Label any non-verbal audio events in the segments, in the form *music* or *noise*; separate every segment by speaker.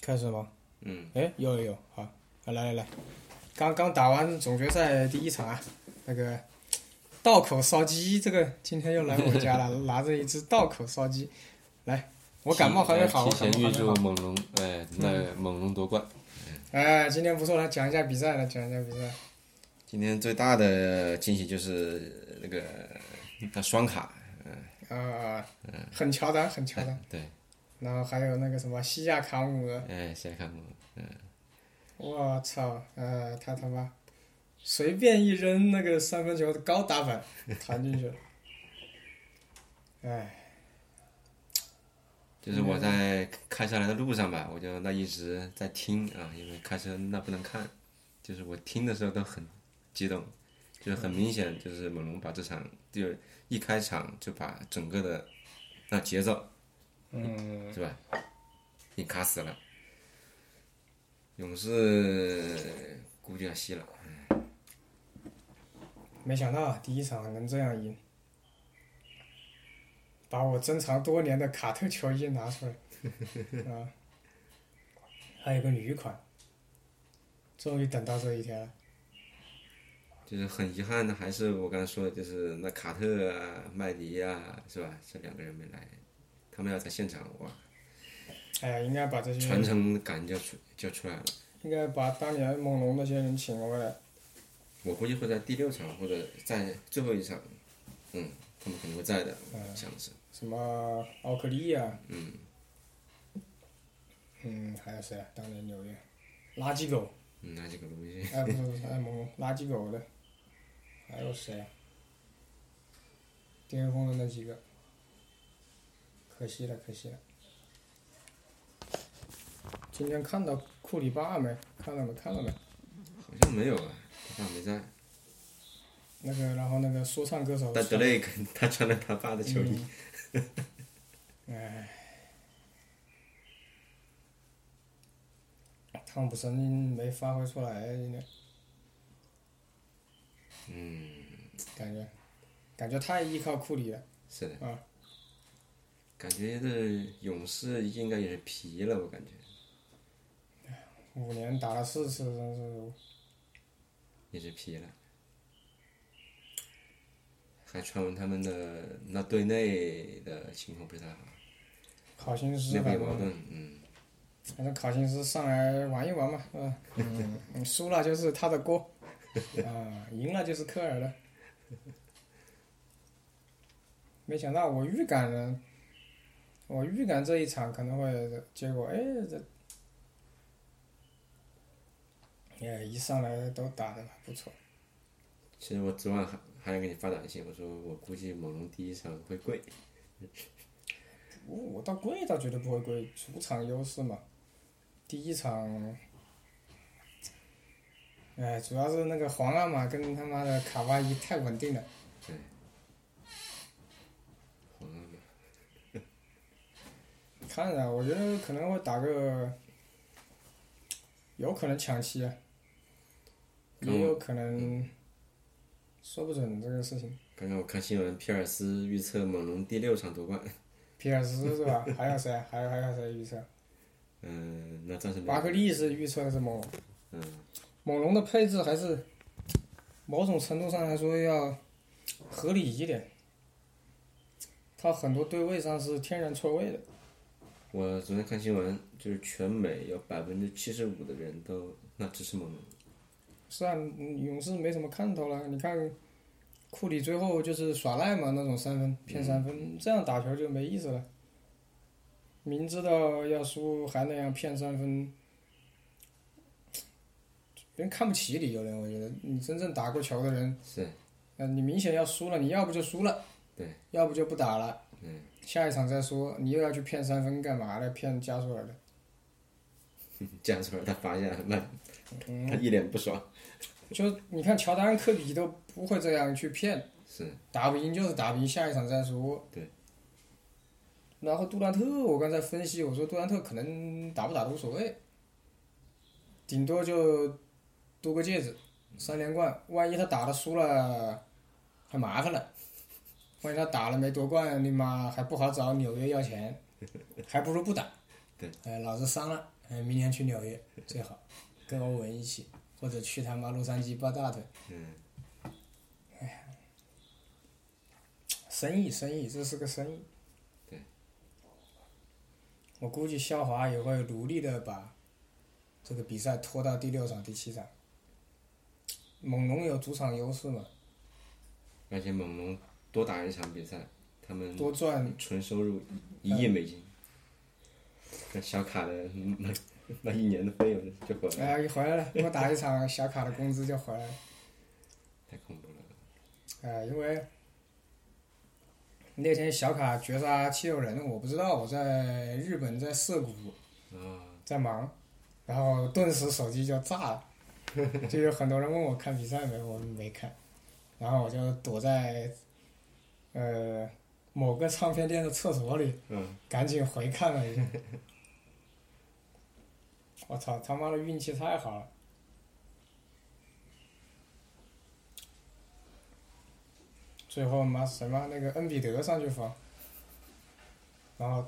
Speaker 1: 开始了吗？
Speaker 2: 嗯，
Speaker 1: 哎，有有有，好，好来来来，刚刚打完总决赛第一场啊，那个道口烧鸡，这个今天又来我家
Speaker 2: *laughs*
Speaker 1: 了，拿着一只道口烧鸡，来，我感冒还没好，我
Speaker 2: 提
Speaker 1: 感
Speaker 2: 前
Speaker 1: 冒
Speaker 2: 预
Speaker 1: 还没
Speaker 2: 祝
Speaker 1: 好，
Speaker 2: 猛龙，哎，那猛龙夺冠。
Speaker 1: 哎，今天不错了，讲一下比赛了，讲一下比赛，
Speaker 3: 今天最大的惊喜就是那个那双卡，
Speaker 1: 啊、很乔丹，很
Speaker 2: *laughs*
Speaker 1: 乔丹，
Speaker 3: 对，
Speaker 1: 然后还有那个什么西亚卡姆尔，
Speaker 3: 哎，谁看过？
Speaker 1: 我操，呃，他他妈随便一扔那个三分球高打板弹
Speaker 2: *laughs*
Speaker 1: 进去了，哎，
Speaker 3: 就是我在开车来的路上吧，我就那一直在听啊，因为开车那不能看，就是我听的时候都很激动，就是很明显，就是猛龙把这场就一开场就把整个的那节奏
Speaker 1: 嗯，
Speaker 3: 是吧，给卡死了。勇士估计要吸了，
Speaker 1: 没想到啊第一场能这样赢，把我珍藏多年的卡特球衣拿出来，啊，还有个女款，终于等到这一天了，
Speaker 3: 就是很遗憾的，还是我刚才说的，就是那卡特啊、麦迪啊，是吧？这两个人没来，他们要在现场哇，
Speaker 1: 哎呀，应该把这些
Speaker 3: 传承感就出就出来了。
Speaker 1: 应该把当年猛龙那些人请过来，
Speaker 3: 我估计会在第六场或者在最后一场，嗯，他们肯定会在的，我想的是。
Speaker 1: 什么奥克利啊，
Speaker 3: 嗯，
Speaker 1: 嗯，还有谁啊？当年纽约，垃圾狗，
Speaker 3: 嗯，那这个东西，
Speaker 1: 哎，不是不是，哎，猛龙，垃圾狗的，还有谁啊？巅峰的那几个，可惜了，可惜了。今天看到库里巴没？看到没？看到没？
Speaker 3: 好像没有啊，他爸没在。
Speaker 1: 那个，然后那个说唱歌手，嗯
Speaker 3: 但德雷克他穿了他爸的球衣，
Speaker 1: 哎，汤普森没发挥出来，今天
Speaker 3: 嗯，
Speaker 1: 感觉，感觉太依靠库里了。
Speaker 3: 是的。
Speaker 1: 啊
Speaker 3: 感觉这勇士应该也是疲了，我感觉。
Speaker 1: 五年打了四次，真是
Speaker 3: 也是皮了，还传闻他们的那队内的情况不是太好，
Speaker 1: 考辛斯
Speaker 3: 内部
Speaker 1: 吧
Speaker 3: 有，矛盾，嗯，
Speaker 1: 啊反正考辛斯上来玩一玩嘛，是
Speaker 3: *laughs*
Speaker 1: 吧？嗯，输了就是他的锅， *laughs* 啊，赢了就是科尔的。没想到我预感了，我预感这一场可能会，结果哎这，也一上来都打的不错，
Speaker 3: 其实我昨晚还还想给你发短信，我说我估计猛龙第一场会跪，
Speaker 1: 我我倒跪倒绝对不会跪，主场优势嘛。第一场，哎，主要是那个皇阿玛跟他妈的卡哇伊太稳定了，
Speaker 3: 黄了没？
Speaker 1: 看着啊我觉得可能会打个，有可能抢七啊，也有可能，说不准这个事情。
Speaker 3: 刚刚我看新闻，皮尔斯预测猛龙第六场夺冠，
Speaker 1: 皮尔斯是吧？还有谁？啊还有还有谁预测？
Speaker 3: 嗯， *laughs* 那暂时没有
Speaker 1: 巴克，利是预测的是猛龙。
Speaker 3: 嗯，
Speaker 1: 猛龙的配置还是某种程度上来说要合理一点，它很多对位上是天然错位的。
Speaker 3: 我昨天看新闻，就是全美有百分之七十五的人都那支持猛龙，
Speaker 1: 是啊，嗯勇士没什么看头了。你看，库里最后就是耍赖嘛，那种三分骗三分，这样打球就没意思了。明知道要输还那样骗三分，别人看不起你，有点我觉得。你真正打过球的人，
Speaker 3: 是，
Speaker 1: 那你明显要输了，你要不就输了，
Speaker 3: 对，
Speaker 1: 要不就不打了，
Speaker 3: 嗯，
Speaker 1: 下一场再说，你又要去骗三分干嘛呢？骗加索尔的，
Speaker 3: 加索尔他罚下，那他
Speaker 1: 嗯，
Speaker 3: 一脸不爽，
Speaker 1: 就你看乔丹、科比都不会这样去骗，
Speaker 3: 是，
Speaker 1: 打不赢就是打不赢，下一场再说，
Speaker 3: 对。
Speaker 1: 然后杜兰特，我刚才分析，我说杜兰特可能打不打都无所谓，顶多就多个戒指，三连冠，万一他打了输了，还麻烦了。万一他打了没夺
Speaker 3: *laughs*
Speaker 1: 冠，你妈还不好找纽约要钱，还不如不打。
Speaker 3: 对，
Speaker 1: 哎，老子伤了，嗯，明年去纽约最好，跟欧文一起，或者去他妈洛杉矶抱大腿。
Speaker 3: 嗯，
Speaker 1: 生意，生意，这是个生意。
Speaker 3: 对。
Speaker 1: 我估计肖华也会努力的把这个比赛拖到第六场、第七场。猛龙有主场优势嘛，
Speaker 3: 而且猛龙多打一场比赛，他们
Speaker 1: 多赚
Speaker 3: 纯收入一亿美金，那小卡的那那一年的费用就回来了，
Speaker 1: 哎，一回来了，我打一场小卡的工资就回来了。
Speaker 3: 太恐怖了。
Speaker 1: 哎，因为那天小卡绝杀七六人，我不知道我在日本在涩谷
Speaker 3: 啊，
Speaker 1: 在忙，然后顿时手机就炸了， *laughs* 就有很多人问我看比赛没，我没看，然后我就躲在呃某个唱片店的厕所里，
Speaker 3: 嗯，
Speaker 1: 赶紧回看了一下。 *laughs* 我操，他妈的运气太好了！最后妈什么那个恩比德上去防，然后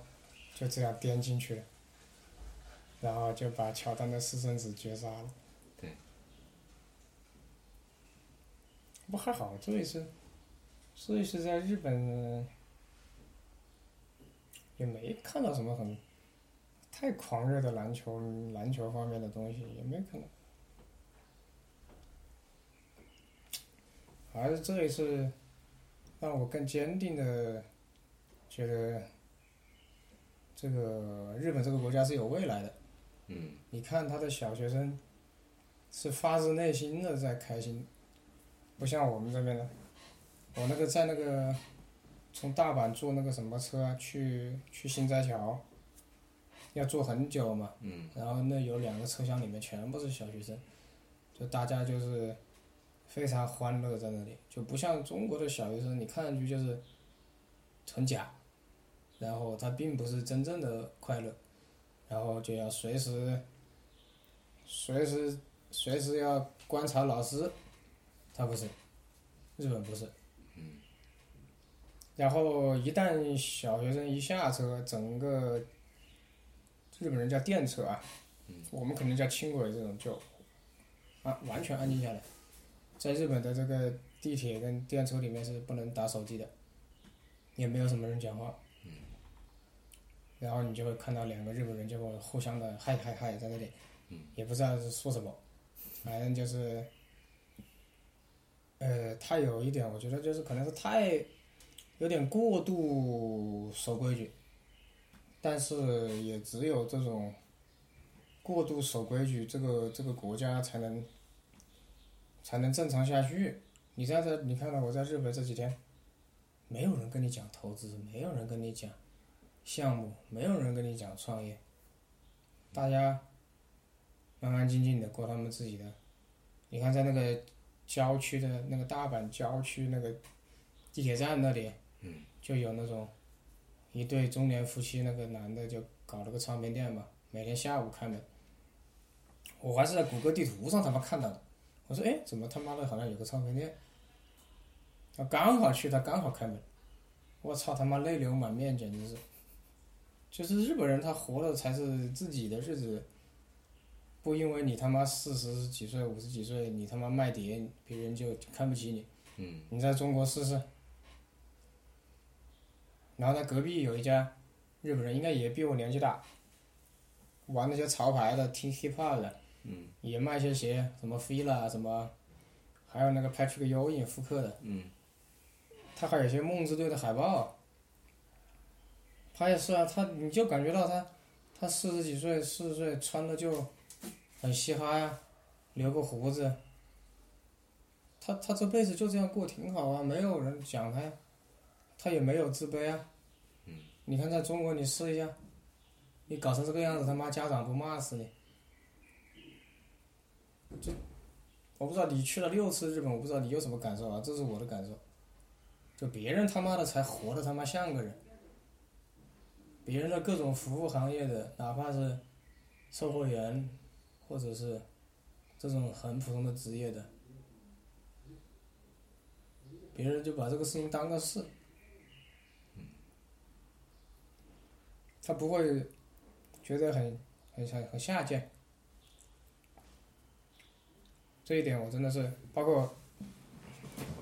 Speaker 1: 就这样颠进去了，然后就把乔丹的私生子绝杀了。
Speaker 3: 对。
Speaker 1: 不还好，这一次，这一次在日本。也没看到什么很太狂热的篮球嗯篮球方面的东西，也没看到。还是这一次让我更坚定的觉得，这个日本这个国家是有未来的。
Speaker 3: 嗯，
Speaker 1: 你看他的小学生是发自内心的在开心，不像我们这边的。我那个在那个从大阪坐那个什么车啊去去新斋桥，要坐很久嘛。
Speaker 3: 嗯。
Speaker 1: 然后那有两个车厢里面全部是小学生，就大家就是非常欢乐在那里，就不像中国的小学生，你看上去就是很假，然后他并不是真正的快乐，然后就要随时随时随时要观察老师，他不是，日本不是。然后一旦小学生一下车，整个日本人叫电车啊，我们可能叫轻轨这种就啊完全安静下来。在日本的这个地铁跟电车里面是不能打手机的，也没有什么人讲话。然后你就会看到两个日本人就会互相的嗨嗨嗨在那里，也不知道是说什么，反正就是，呃，他有一点我觉得就是可能是太有点过度守规矩，但是也只有这种过度守规矩，这个这个国家才能才能正常下去。你在这，你看到我在日本这几天，没有人跟你讲投资，没有人跟你讲项目，没有人跟你讲创业，大家安安静静的过他们自己的。你看在那个郊区的那个大阪郊区那个地铁站那里，嗯，就有那种一对中年夫妻，那个男的就搞了个唱片店嘛，每天下午开门。我还是在谷歌地图上他妈看到的，我说哎，怎么他妈的好像有个唱片店？他刚好去，他刚好开门，我操他妈泪流满面，简直是。就是日本人他活的才是自己的日子，不因为你他妈四十几岁、五十几岁，你他妈卖碟，别人就看不起你。
Speaker 3: 嗯，
Speaker 1: 你在中国试试。然后在隔壁有一家日本人，应该也比我年纪大，玩那些潮牌的，听 hiphop 的，嗯，也卖一些鞋，什么 fila 啊什么，还有那个 Patrick Ewing 复刻的，嗯，他还有一些梦之队的海报，他也是啊，他你就感觉到他，他四十几岁，四十岁穿的就很嘻哈呀，留个胡子，他他这辈子就这样过挺好啊，没有人讲他呀，他也没有自卑啊。嗯。你看在中国，你试一下，你搞成这个样子，他妈家长不骂死你？这，我不知道你去了六次日本，我不知道你有什么感受啊，这是我的感受。就别人他妈的才活得他妈像个人，别人的各种服务行业的，哪怕是售货员，或者是这种很普通的职业的。别人就把这个事情当个事，嗯他不会觉得很和和和下届，这一点我真的是包括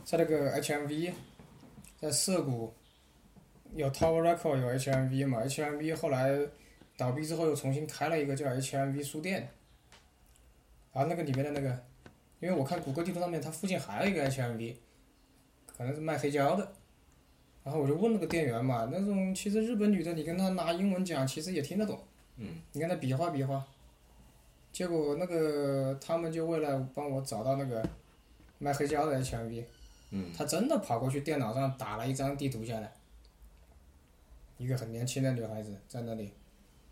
Speaker 1: 在那个 HMV，在涩谷有 Tower Record 有 HMV 嘛，HMV 后来倒闭之后又重新开了一个叫 HMV 书店，然后那个里面的那个，因为我看谷歌地图上面它附近还有一个 HMV，可能是卖黑胶的。然后我就问那个店员嘛，那种其实日本女的，你跟她拿英文讲，其实也听得懂。嗯。你跟她比划比划。结果那个他们就为了帮我找到那个卖黑胶的 HMV，嗯，他真的跑过去电脑上打了一张地图下来，一个很年轻的女孩子在那里，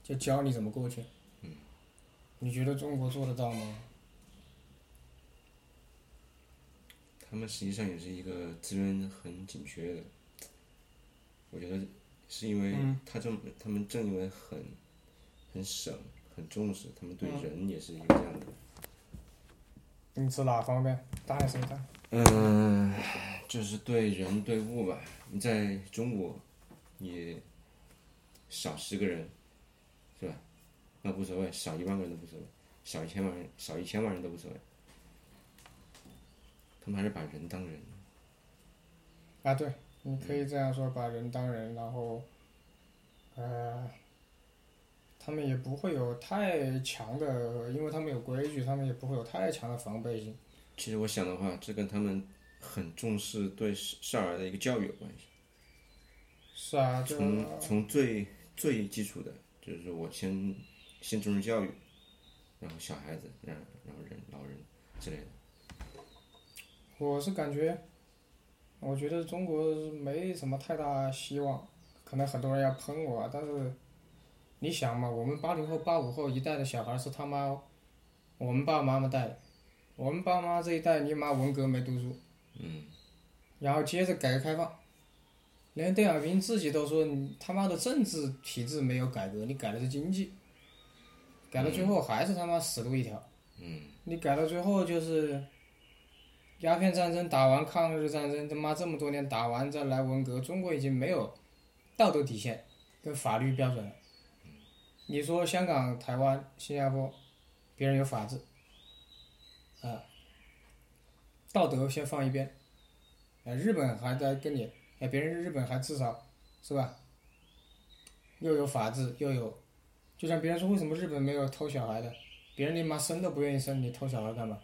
Speaker 1: 就教你怎么过去。嗯。你觉得中国做得到吗？
Speaker 3: 他们实际上也是一个资源很紧缺的，我觉得是因为他正、他们正因为很很省很重视，他们对人也是一个这样的。
Speaker 1: 你指哪方面？大还是大？
Speaker 3: 嗯，就是对人对物吧。你在中国，你少十个人，是吧？那无所谓，少一万个人都无所谓，少一千万人，少一千万人都无所谓。他们还是把人当人。
Speaker 1: 啊，对，你可以这样说，把人当人，然后，呃，他们也不会有太强的，因为他们有规矩，他们也不会有太强的防备心。
Speaker 3: 其实我想的话，这跟他们很重视对少儿的一个教育有关系。
Speaker 1: 是啊，就
Speaker 3: 从从最最基础的，就是我先先重视教育，然后小孩子，然后然后人老人之类的。
Speaker 1: 我是感觉，我觉得中国没什么太大希望，可能很多人要喷我，啊，但是你想嘛，我们八零后、八五后一代的小孩是他妈我们爸爸妈妈带的，我们爸妈这一代你妈文革没读书，
Speaker 3: 嗯，
Speaker 1: 然后接着改革开放，连邓小平自己都说你他妈的政治体制没有改革，你改的是经济，改到最后还是他妈死路一条。
Speaker 3: 嗯，
Speaker 1: 你改到最后就是鸦片战争打完，抗日战争他妈这么多年打完，再来文革，中国已经没有道德底线跟法律标准了。你说香港、台湾、新加坡，别人有法治，啊、道德先放一边，哎，日本还在跟你，哎，别人日本还至少是吧，又有法治又有，就像别人说为什么日本没有偷小孩的，别人你妈生都不愿意生，你偷小孩干嘛？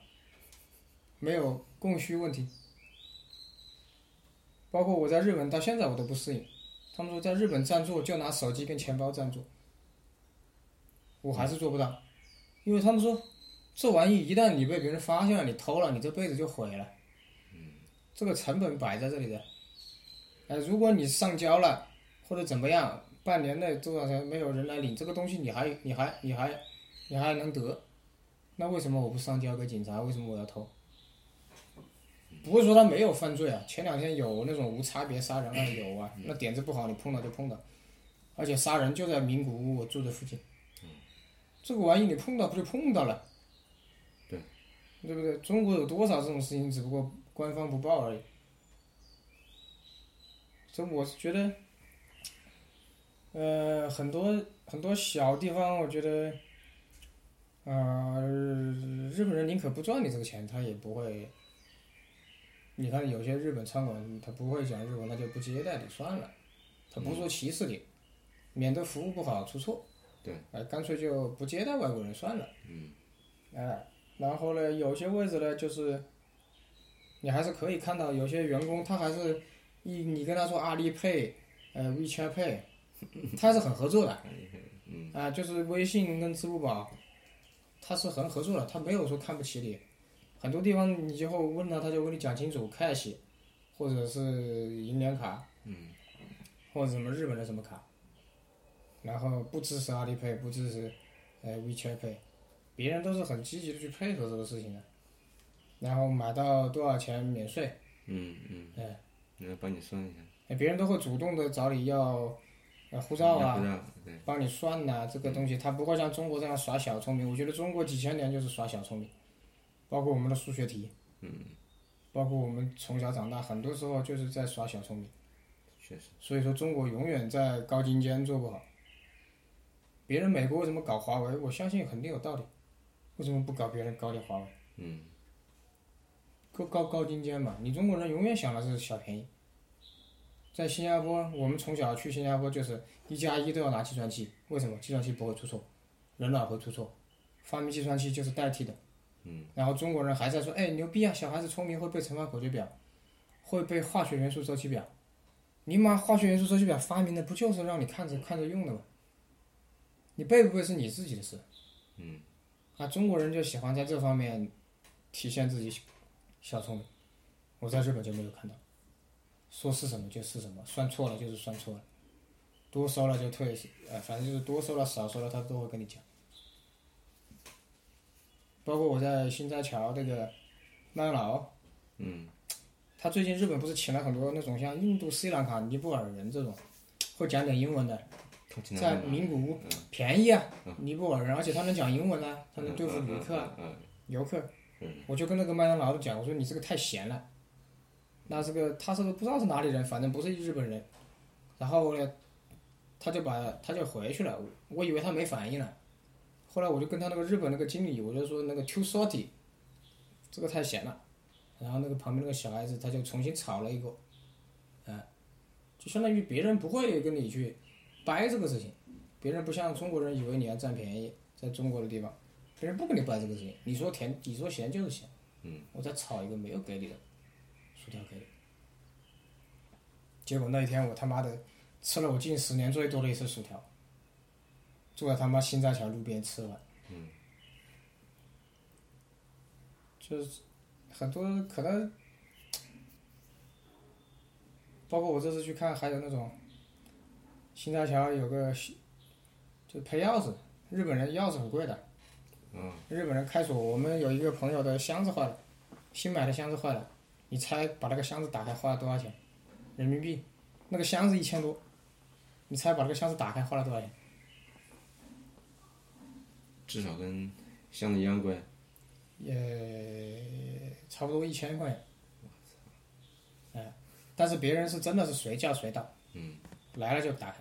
Speaker 1: 没有供需问题。包括我在日本到现在我都不适应，他们说在日本占座就拿手机跟钱包占座，我还是做不到，因为他们说这玩意一旦你被别人发现了，你偷了，你这辈子就毁了。这个成本摆在这里的。哎，如果你上交了或者怎么样，半年内多少钱没有人来领这个东西，你还你还你还你还能得？那为什么我不上交给警察？为什么我要偷？不会说他没有犯罪啊，前两天有那种无差别杀人案有啊，那点子不好你碰到就碰到，而且杀人就在名古屋我住的附近，这个玩意你碰到不就碰到了？
Speaker 3: 对，
Speaker 1: 对不对？中国有多少这种事情，只不过官方不报而已。所以我是觉得，呃，很多很多小地方，我觉得，呃，日本人宁可不赚你这个钱，他也不会。你看有些日本餐馆，他不会讲日文，他就不接待你算了，他不说歧视你，免得服务不好出错。
Speaker 3: 对，
Speaker 1: 哎，干脆就不接待外国人算了。嗯，哎，然后呢，有些位置呢，就是你还是可以看到有些员工，他还是你你跟他说阿里配，呃，WeChat Pay，他是很合作的。嗯，啊，就是微信跟支付宝，他是很合作的，他没有说看不起你。很多地方你以后问他，他就跟你讲清楚 cash，或者是银联卡，嗯，或者什么日本的什么卡，然后不支持阿里 pay，不支持呃 WeChat pay，别人都是很积极的去配合这个事情的，然后买到多少钱免税，
Speaker 3: 嗯嗯，
Speaker 1: 哎
Speaker 3: 你要帮你算一下，
Speaker 1: 哎别人都会主动的找你要呃护照
Speaker 3: 不
Speaker 1: 啊，
Speaker 3: 知道，对，
Speaker 1: 帮你算呐、这个东西他不会像中国这样耍小聪明。我觉得中国几千年就是耍小聪明，包括我们的数学题，包括我们从小长大，很多时候就是在耍小聪明。
Speaker 3: 确实，
Speaker 1: 所以说，中国永远在高精尖做不好。别人美国为什么搞华为？我相信肯定有道理。为什么不搞别人搞点华为？
Speaker 3: 嗯，
Speaker 1: 高高高精尖嘛！你中国人永远想的是小便宜。在新加坡，我们从小去新加坡就是一加一都要拿计算器，为什么？计算器不会出错，人脑会出错，发明计算器就是代替的。嗯。然后中国人还在说：“哎，牛逼啊！小孩子聪明会背乘法口诀表，会背化学元素周期表。”你妈，化学元素周期表发明的不就是让你看着看着用的吗？你背不背是你自己的事。嗯。啊，中国人就喜欢在这方面体现自己小聪明，我在日本就没有看到，说是什么就是什么，算错了就是算错了，多收了就退，呃，反正就是多收了少收了，他都会跟你讲。包括我在新斋桥那个麦当劳，
Speaker 3: 嗯，
Speaker 1: 他最近日本不是请了很多那种像印度、斯里兰卡、尼泊尔人这种会讲点英文的，
Speaker 3: 他经
Speaker 1: 在
Speaker 3: 常
Speaker 1: 名古屋
Speaker 3: 嗯
Speaker 1: 便宜啊，尼泊尔人，而且他能讲英文啊，他能对付旅客啊，
Speaker 3: 嗯，嗯
Speaker 1: 游客，我就跟那个麦当劳的讲，我说你这个太闲了。那这个他是个不知道是哪里人，反正不是日本人。然后呢，他就把他就回去了，我我以为他没反应了。后来我就跟他那个日本那个经理，我就说那个 too salty，这个太咸了。然后那个旁边那个小孩子他就重新炒了一个，嗯，就相当于别人不会跟你去掰这个事情，别人不像中国人以为你要占便宜，在中国的地方。别人不跟你掰这个事情，你说甜，你说咸就是咸。嗯。我再炒一个没有给你的，薯条给你。结果那一天我他妈的吃了我近十年最多的一次薯条，坐在他妈新寨桥路边吃完。嗯。就是很多可能，包括我这次去看，还有那种新寨桥有个就赔钥匙，日本人钥匙很贵的。日本人开锁，我们有一个朋友的箱子坏了，新买的箱子坏了，你猜把那个箱子打开花了多少钱？人民币，那个箱子一千多，你猜把那个箱子打开花了多少钱？
Speaker 3: 至少跟箱子一样贵，
Speaker 1: 也呃差不多一千块钱。哎，但是别人是真的是随叫随到，嗯，来了就打开，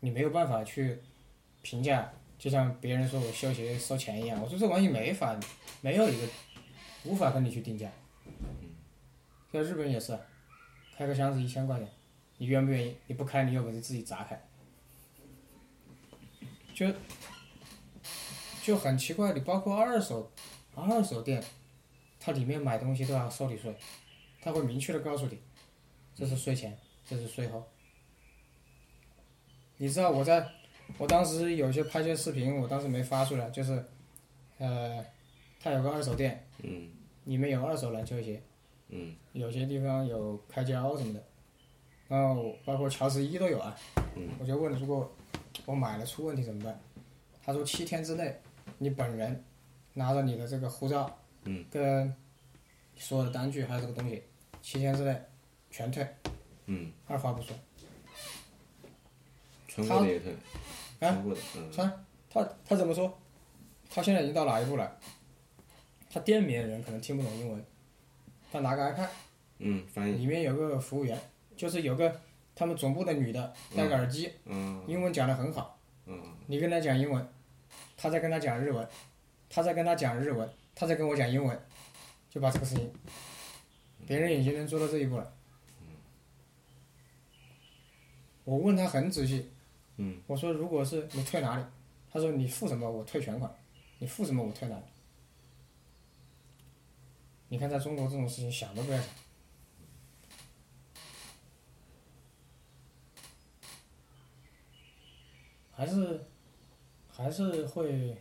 Speaker 1: 你没有办法去评价，就像别人说我修鞋收钱一样，我说这玩意没法，没有一个无法跟你去定价。在日本也是，开个箱子一千块钱，你愿不愿意？你不开，你有本事自己砸开。就就很奇怪，你包括二手二手店，它里面买东西都要收你税，它会明确的告诉你，这是税前，这是税后。你知道我在，我当时有一些拍些视频，我当时没发出来，就是，呃，它有个二手店，
Speaker 3: 嗯
Speaker 1: 里面有二手篮球鞋，
Speaker 3: 嗯
Speaker 1: 有些地方有开胶什么的，然后包括乔十一都有啊。
Speaker 3: 嗯
Speaker 1: 我就问，如果我买了出问题怎么办？他说七天之内，你本人拿着你的这个护照，
Speaker 3: 嗯，
Speaker 1: 跟所有的单据还有这个东西，七天之内全退，
Speaker 3: 嗯，
Speaker 1: 二话不说。
Speaker 3: 全国的也退，
Speaker 1: 啊
Speaker 3: 全国的，嗯
Speaker 1: 他他怎么说？他现在已经到哪一步了？他店里面的人可能听不懂英文，他拿个 iPad。
Speaker 3: 嗯，翻译，
Speaker 1: 里面有个服务员，就是有个他们总部的女的，戴个耳机，
Speaker 3: 嗯
Speaker 1: 英文讲得很好。
Speaker 3: 嗯
Speaker 1: 你跟她讲英文，她在跟她讲日文，她在跟她讲日文，她在跟我讲英文，就把这个事情，别人已经能做到这一步了。我问他很仔细，
Speaker 3: 嗯，
Speaker 1: 我说如果是你退哪里？他说你付什么我退全款，你付什么我退哪里。你看在中国这种事情想都不要想。还是还是会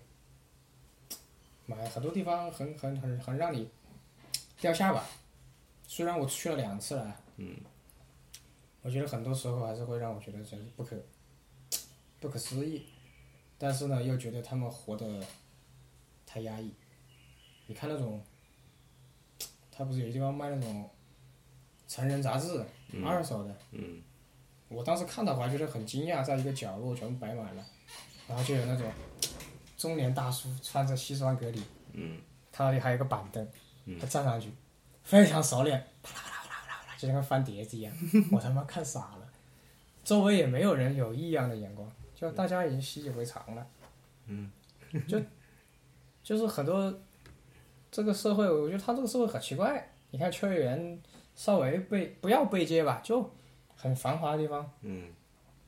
Speaker 1: 买很多地方很很很很让你掉下巴。虽然我去了两次了，
Speaker 3: 嗯，
Speaker 1: 我觉得很多时候还是会让我觉得真是不可不可思议，但是呢，又觉得他们活得太压抑。你看那种，他不是有地方卖那种成人杂志，二手的，
Speaker 3: 嗯
Speaker 1: 我当时看到我还觉得很惊讶，在一个角落全部摆满了，然后就有那种中年大叔穿着西装革履，
Speaker 3: 嗯
Speaker 1: 他那里还有个板凳
Speaker 3: 嗯，
Speaker 1: 他站上去，
Speaker 3: *laughs*
Speaker 1: 非常熟练，啪啦啪啦啪啦啪啦啪啦，就像个翻碟子一样，我他妈看傻了，周围也没有人有异样的眼光，就大家已经习以为常了。嗯，
Speaker 3: *laughs*
Speaker 1: 就就是很多这个社会，我觉得他这个社会很奇怪。你看秋叶原稍微背不要背街吧，就很繁华的地方，
Speaker 3: 嗯，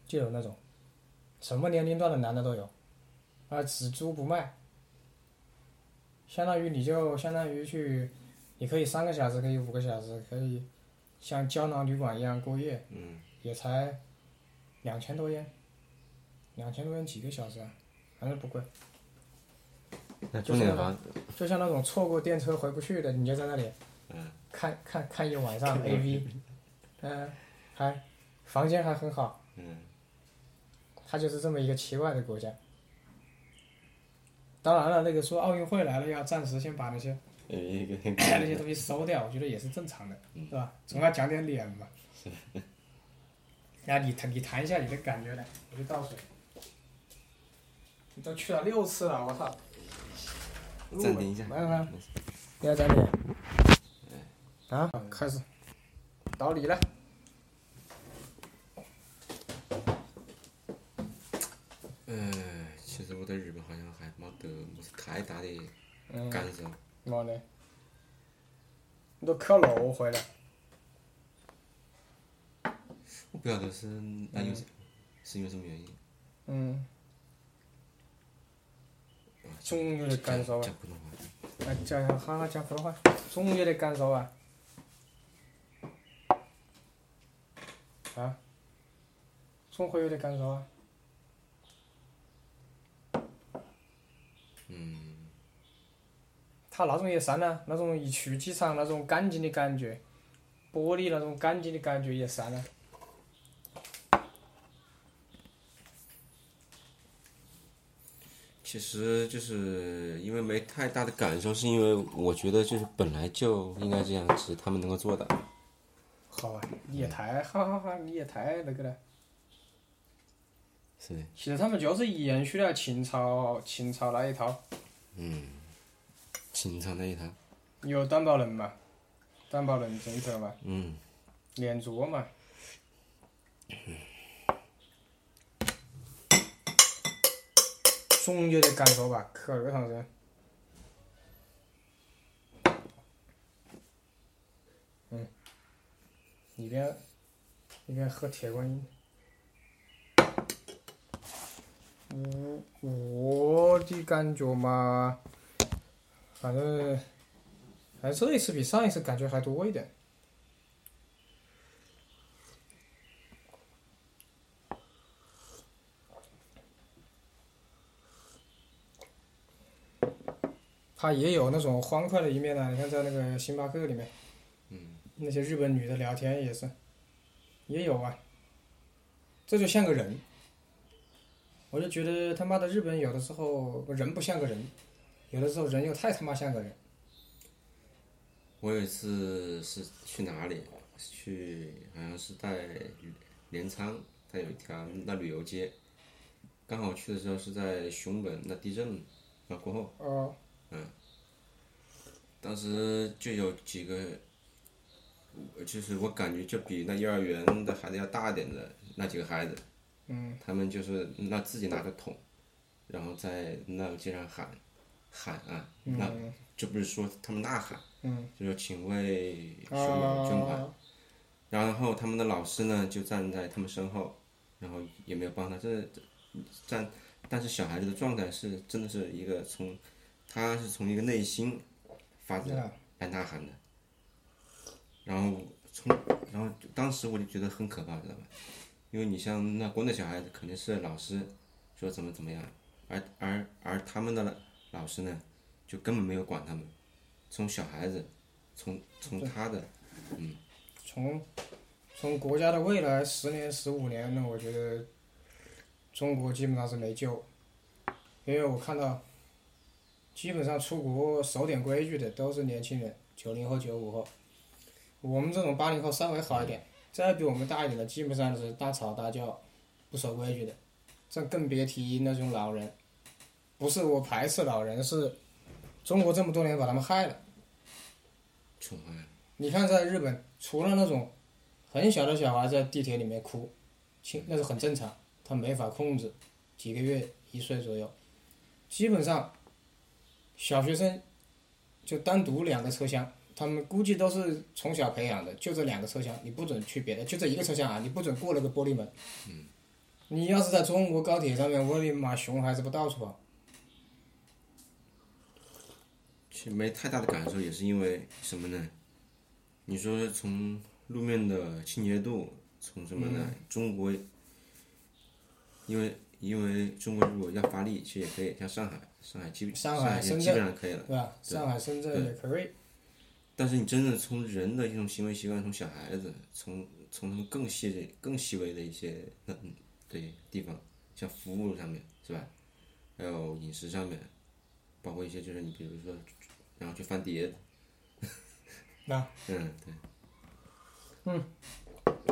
Speaker 1: 就有那种什么年龄段的男的都有，啊，只租不卖，相当于你就相当于去，你可以三个小时，可以五个小时，可以像胶囊旅馆一样过夜，
Speaker 3: 嗯，
Speaker 1: 也才两千多烟，两千多烟几个小时啊，反正不贵。
Speaker 3: 那
Speaker 1: 就
Speaker 3: 重点
Speaker 1: 是
Speaker 3: 房，
Speaker 1: 就像那种错过电车回不去的，你就在那里，看看嗯看一晚上 A V，嗯、还房间还很好，
Speaker 3: 嗯
Speaker 1: 它就是这么一个奇怪的国家。当然了，那个说奥运会来了，要暂时先把那些
Speaker 3: 有一个
Speaker 1: 那些东西收掉，我觉得也是正常的，是吧？总要讲点脸嘛。然后你谈你谈一下你的感觉来，我去倒水。你都去了六次了，我操！录
Speaker 3: 暂停一下，
Speaker 1: 了没有没有
Speaker 3: 没事
Speaker 1: 不要沾脸。啊，开始，到你了。
Speaker 3: 嗯，其实我对日本好像还没得么子太大的
Speaker 1: 嗯，
Speaker 3: 感受。
Speaker 1: 冇呢？你都去了五回了，
Speaker 3: 我不晓得是那有，是因为什么原因？
Speaker 1: 嗯，
Speaker 3: 啊
Speaker 1: 中国的感受啊，
Speaker 3: 讲普通话。
Speaker 1: 啊，讲好好讲普通话，中国的感受啊，啊，中国有的感受啊，
Speaker 3: 嗯，
Speaker 1: 它那种有山呢，那种一去机场那种干净的感觉，玻璃那种干净的感觉也散了。
Speaker 3: 其实就是因为没太大的感受，是因为我觉得就是本来就应该这样，只是他们能够做到。
Speaker 1: 好啊，你也太哈哈哈，你也太那个了。
Speaker 3: 是的，
Speaker 1: 其实他们就是延续了秦朝秦朝那一套，
Speaker 3: 秦朝那一套。
Speaker 1: 有担保人嘛，担保人政策嘛，
Speaker 3: 嗯，
Speaker 1: 廉租嘛。总结的感受吧，去二趟噻。嗯，一边一边喝铁观音。我我的感觉嘛，反正，哎，这一次比上一次感觉还多一点。它也有那种欢快的一面呢、啊你看在那个星巴克里面，嗯，那些日本女的聊天也是，也有啊。这就像个人，我就觉得他妈的日本有的时候人不像个人，有的时候人又太他妈像个人。
Speaker 3: 我有一次是去哪里？是去好像是在镰仓，它有一条那旅游街。刚好去的时候是在熊本那地震，那过后。
Speaker 1: 哦，
Speaker 3: 当时就有几个，呃就是我感觉就比那幼儿园的孩子要大点的那几个孩子，嗯，他们就是那自己拿着桶，然后在那街上喊，喊啊，那
Speaker 1: 嗯
Speaker 3: 就不是说他们呐喊，
Speaker 1: 嗯，
Speaker 3: 就说请为熊本捐款，
Speaker 1: 啊，
Speaker 3: 然后他们的老师呢就站在他们身后，然后也没有帮他，这这站，但是小孩子的状态是真的是一个从，他是从一个内心发自
Speaker 1: 对啊
Speaker 3: 来呐喊的，然后从然后当时我就觉得很可怕，知道吧？因为你像那国内小孩子肯定是老师说怎么怎么样，而而而他们的老师呢就根本没有管他们，从小孩子，从从他的。
Speaker 1: 从从国家的未来十年、十五年呢，我觉得中国基本上是没救，因为我看到基本上出国守点规矩的都是年轻人，九零后、九五后，我们这种八零后稍微好一点，再比我们大一点的基本上是大吵大叫、不守规矩的，这更别提那种老人。不是我排斥老人，是中国这么多年把他们害了。
Speaker 3: 宠爱，
Speaker 1: 你看，在日本，除了那种很小的小孩在地铁里面哭，轻那是很正常，他没法控制，几个月一岁左右，基本上小学生就单独两个车厢，他们估计都是从小培养的，就这两个车厢，你不准去别的，就这一个车厢啊，你不准过那个玻璃门。你要是在中国高铁上面，我的妈，熊孩子不到处跑。
Speaker 3: 其实没太大的感受，也是因为什么呢？你说从路面的清洁度，从什么呢？
Speaker 1: 嗯
Speaker 3: 中国，因为因为中国如果要发力，其实也可以，像上海，上海基
Speaker 1: 上海
Speaker 3: 海也
Speaker 1: 深圳
Speaker 3: 基本上可以了。
Speaker 1: 对吧？上海、深圳也可以。
Speaker 3: 但是你真的从人的一种行为习惯，从小孩子，从从他们更细的、更细微的一些那嗯对地方，像服务上面是吧？还有饮食上面，包括一些就是你比如说，然后去翻碟，
Speaker 1: *laughs* 那
Speaker 3: 嗯，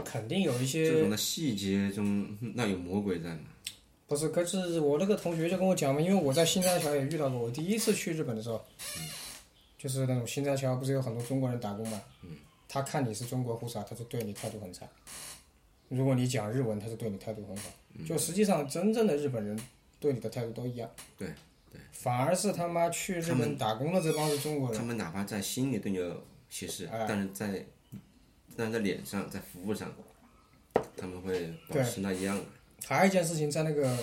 Speaker 1: 肯定有一
Speaker 3: 这
Speaker 1: 些
Speaker 3: 种的细节中，嗯那有魔鬼在嘛？
Speaker 1: 不是，可是我那个同学就跟我讲嘛，因为我在新斋桥也遇到过。我第一次去日本的时候，就是那种新斋桥不是有很多中国人打工嘛，他看你是中国护士啊，他就对你态度很差；如果你讲日文，他就对你态度很好。就实际上，真正的日本人对你的态度都一样。
Speaker 3: 对
Speaker 1: 对，反而是他妈去日本打工的这帮是中国人
Speaker 3: 他。们哪怕在心里对你有歧视，
Speaker 1: 哎
Speaker 3: 但是在但是在脸上，在服务上，他们会保
Speaker 1: 对
Speaker 3: 持那一样的。
Speaker 1: 还有一件事情，在那个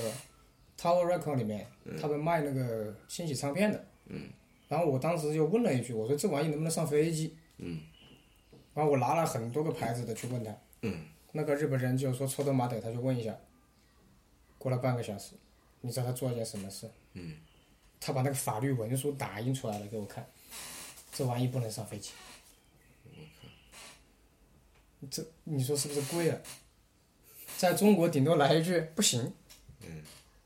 Speaker 1: Tower Record 里面，他们卖那个新喜唱片的。然后我当时就问了一句，我说这玩意能不能上飞机？然后我拿了很多个牌子的去问他。那个日本人就说抽头马腿，他就问一下。过了半个小时，你知道他做了件什么事？他把那个法律文书打印出来了给我看，这玩意不能上飞机。这你说是不是贵啊了？在中国顶多来一句不行。嗯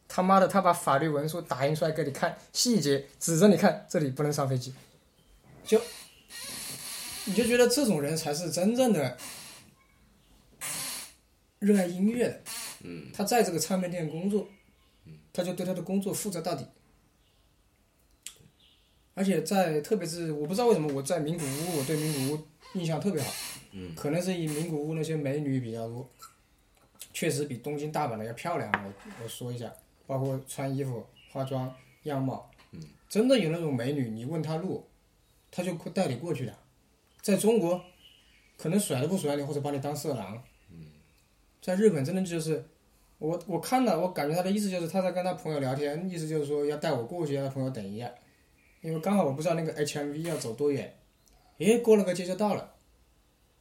Speaker 1: 他妈的，他把法律文书打印出来给你看，细节指着你看，这里不能上飞机。就你就觉得这种人才是真正的热爱音乐的。嗯，他在这个唱片店工作，他就对他的工作负责到底。而且在特别是我不知道为什么我在名古屋，我对名古屋印象特别好。嗯，可能是以名古屋那些美女比较多，确实比东京、大阪的要漂亮。我我说一下，包括穿衣服、化妆、样貌，嗯，真的有那种美女，你问她路，她就带你过去的。在中国，可能甩都不甩你，或者把你当色狼。嗯，在日本真的就是，我我看了，我感觉他的意思就是他在跟他朋友聊天，意思就是说要带我过去，让他朋友等一下，因为刚好我不知道那个 HMV 要走多远，诶，过了个街就到了。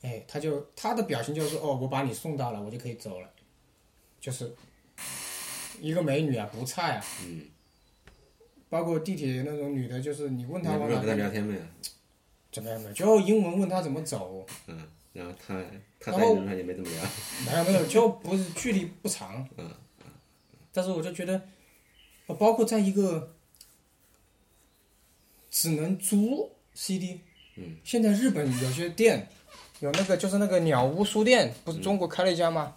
Speaker 1: 哎，他就他的表情就是说哦，我把你送到了，我就可以走了，就是一个美女啊，不差呀、嗯。包括地铁那种女的，就是你问
Speaker 3: 你
Speaker 1: 她
Speaker 3: 不
Speaker 1: 往
Speaker 3: 知道
Speaker 1: 哪
Speaker 3: 跟他
Speaker 1: 边
Speaker 3: 聊天没有？
Speaker 1: 怎么样的，就英文问她怎么走，
Speaker 3: 嗯，然后他他
Speaker 1: 然
Speaker 3: 在
Speaker 1: 后
Speaker 3: 路上也没怎么聊。
Speaker 1: 没有没有，就不是距离不长。
Speaker 3: 嗯。
Speaker 1: 但是我就觉得，呃包括在一个只能租 CD，嗯，现在日本有些店有那个就是那个鸟屋书店，不
Speaker 3: 嗯
Speaker 1: 是中国开了一家吗？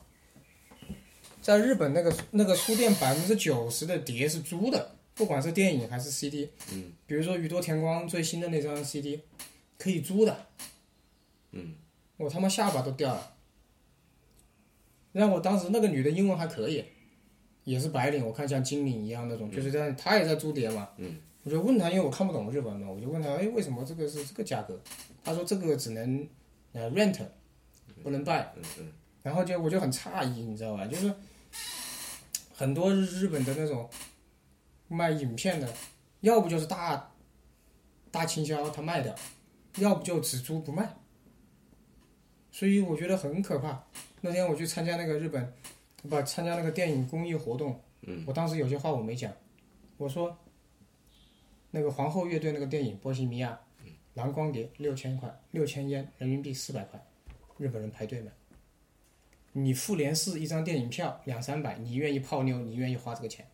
Speaker 1: 在日本那个那个书店，百分之九十的碟是租的，不管是电影还是 CD，嗯，比如说宇多田光最新的那张 CD，可以租的，
Speaker 3: 嗯，
Speaker 1: 我他妈下巴都掉了。让我当时那个女的英文还可以，也是白领，我看像金领一样那
Speaker 3: 嗯
Speaker 1: 种，就是在她也在租碟嘛。嗯。我就问她，因为我看不懂日文嘛，我就问她，哎，为什么这个是这个价格？她说这个只能呃 rent，不能 buy。
Speaker 3: 嗯嗯，
Speaker 1: 然后就我就很诧异，你知道吧？就是很多日本的那种卖影片的，要不就是大大倾销他卖掉，要不就只租不卖。所以我觉得很可怕。那天我去参加那个日本，不参加那个电影公益活动，我当时有些话我没讲，我说那个皇后乐队那个电影《波西米亚》，蓝光碟六千块，六千烟人民币四百块，日本人排队买。你复联四一张电影票两三百，你愿意泡妞，你愿意花这个钱，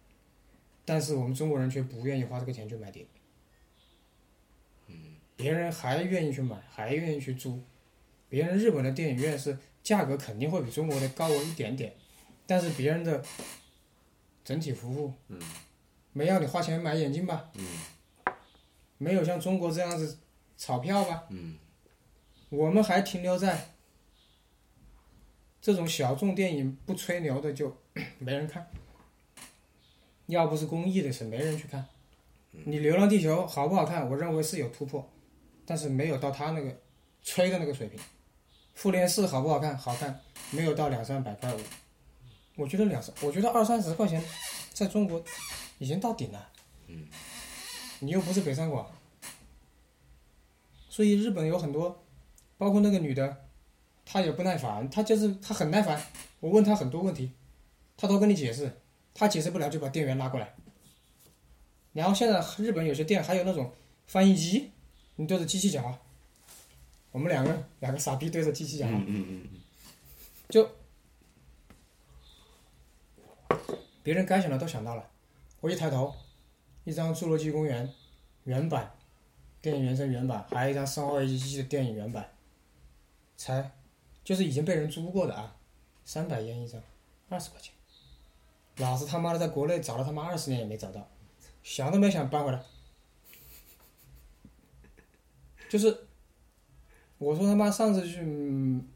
Speaker 1: 但是我们中国人却不愿意花这个钱去买碟。别人还愿意去买，还愿意去租。别人日本的电影院是价格肯定会比中国的高一点点，但是别人的整体服务，嗯，没要你花钱买眼镜吧，嗯，没有像中国这样子炒票吧，嗯，我们还停留在这种小众电影不吹牛的就 *coughs* 没人看，要不是公益的是没人去看。你《流浪地球》好不好看？我认为是有突破，但是没有到他那个吹的那个水平。《复联四》好不好看？好看，没有到两三百块五。我觉得两三，我觉得二三十块钱，在中国已经到顶了。嗯，你又不是北上广，所以日本有很多，包括那个女的，她也不耐烦，她就是她很耐烦。我问她很多问题，她都跟你解释，她解释不了就把店员拉过来。然后现在日本有些店还有那种翻译机，你对着机器讲话。我们两个两个傻逼对着机器讲话，
Speaker 3: 嗯嗯嗯，
Speaker 1: 别人该想的都想到了。我一抬头，一张《侏罗纪公园》原版电影原声原版，还有一张《生化危机》的电影原版，才就是已经被人租过的啊，三百烟一张，二十块钱。老子他妈的在国内找了他妈二十年也没找到，想都没想搬回来。就是我说他妈上次去、嗯、